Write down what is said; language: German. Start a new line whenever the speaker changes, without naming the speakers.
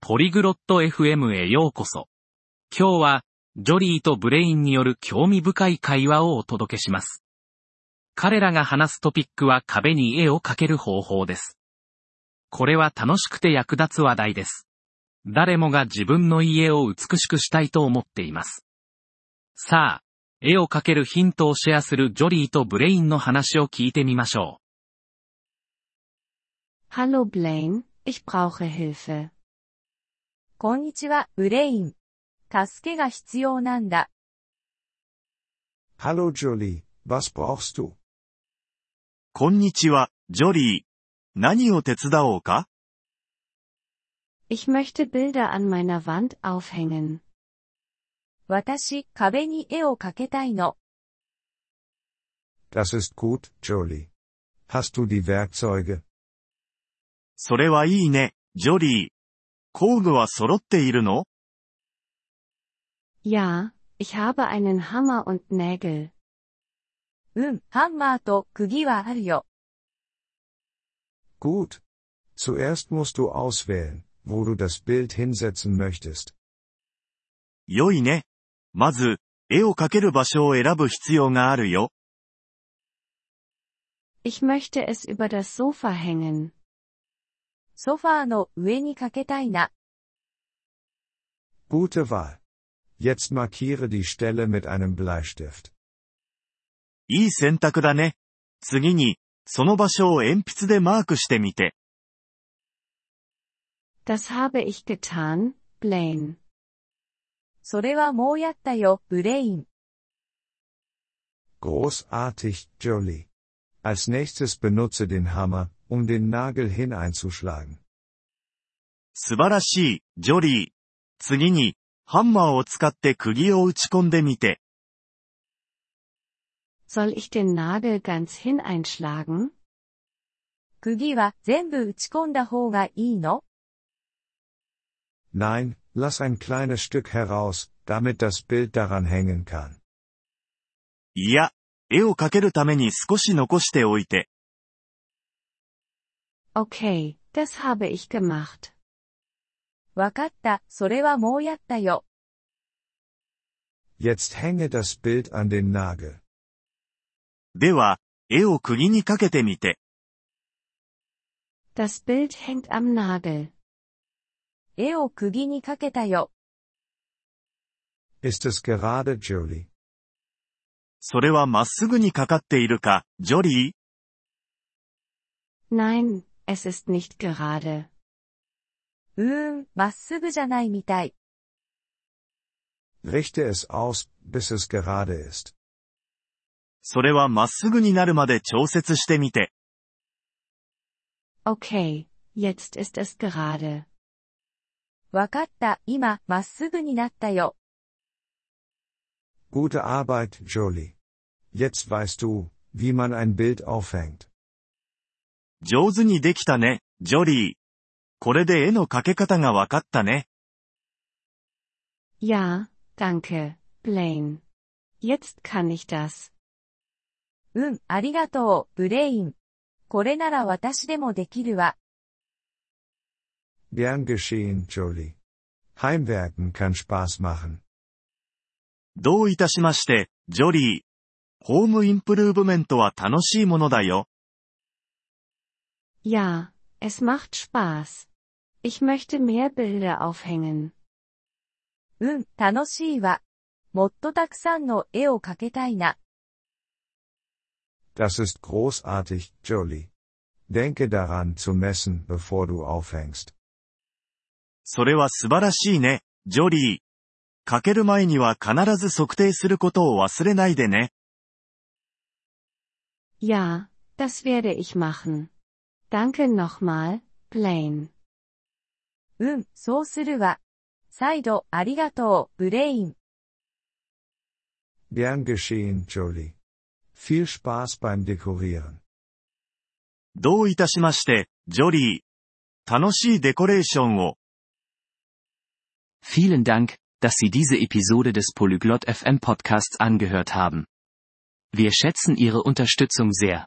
ポリグロット FM へようこそ。今日は、ジョリーとブレインによる興味深い会話をお届けします。彼らが話すトピックは壁に絵を描ける方法です。これは楽しくて役立つ話題です。誰もが自分の家を美しくしたいと思っています。さあ、絵を描けるヒントをシェアするジョリーとブレインの話を聞いてみましょう。
Hallo Blaine, ich brauche Hilfe.
こんにちは、ブレイン。助けが必要なんだ。
Hallo Jolie, was brauchst du?
こんにちは、ジョリー。何を手伝おうか
Ich möchte Bilder an meiner Wand aufhängen.
私、壁に絵を描けたいの。
Das ist gut, Jolie. Hast du die Werkzeuge?
それはいいね、ジョリー。工具は揃っているの
Ja, ich habe einen Hammer und Nägel.
うん、ハンマーと釘はあるよ。
Gut. Zuerst musst du auswählen, wo du das Bild hinsetzen möchtest.
良いね。まず、絵を描ける場所を選ぶ必要があるよ。
Ich möchte es über das Sofa hängen.
ソファーの上に描けたいな。
Gute Wahl. Jetzt markiere die Stelle mit einem Bleistift.
いい選択だね。次に、その場所を鉛筆でマークしてみて。
Das habe ich getan, Blaine.
それはもうやったよ、ブレイン。
Großartig, Jolie. Als nächstes benutze den Hammer, um den Nagel hineinzuschlagen.
素晴らしい、ジョリー。次に、ハンマーを使って釘を打ち込んでみて。
Soll ich den Nagel ganz hineinschlagen?
釘は全部打ち込んだ方がいいの
Nein, lass ein kleines Stück heraus, damit das Bild daran hängen kann.
いや、絵を描けるために少し残しておいて。
Okay, das habe ich gemacht.
わかった、それはもうやったよ。
Jetzt hänge das Bild an den Nagel.
では、絵を釘にかけてみて。
Das Bild hängt am Nagel.
絵を釘に描けたよ。
Ist es gerade, Jolie?
それはまっすぐにかかっているか、ジョリー
Nein, es ist nicht gerade.
うーん、まっすぐじゃないみたい。
Richte es aus, bis es gerade ist.
それはまっすぐになるまで調節してみて。
Okay, jetzt ist es gerade.
わかった、今、まっすぐになったよ。
Gute Arbeit, Jolie. Jetzt weißt du, wie man ein Bild aufhängt.
上手にできたね、ジョリー。これで絵の描け方がわかったね。
Ja, danke, Blaine. Jetzt kann ich das.
うん、ありがとう、ブレイン。これなら私でもできるわ。
Gern geschehen, Jolie. Heimwerken kann Spaß machen.
どういたしまして、ジョリー。ホームインプルーブメントは楽しいものだよ。
Ja, es macht Spaß. Ich möchte mehr Bilder aufhängen.
うん、楽しいわ。もっとたくさんの絵を描けたいな。
Das ist großartig, Jolie. Denke daran zu messen, bevor du aufhängst.
それは素晴らしいね、ジョリー。描ける前には必ず測定することを忘れないでね。
Ja, das werde ich machen. Danke nochmal, Blaine.
うん、そうするわ。再度、ありがとう、ブレイン。
Gern geschehen, Jolie. Viel Spaß beim Dekorieren.
どういたしまして、ジョリー。楽しいデコレーションを。
Vielen Dank, dass Sie diese Episode des Polyglot FM Podcasts angehört haben. Wir schätzen Ihre Unterstützung sehr.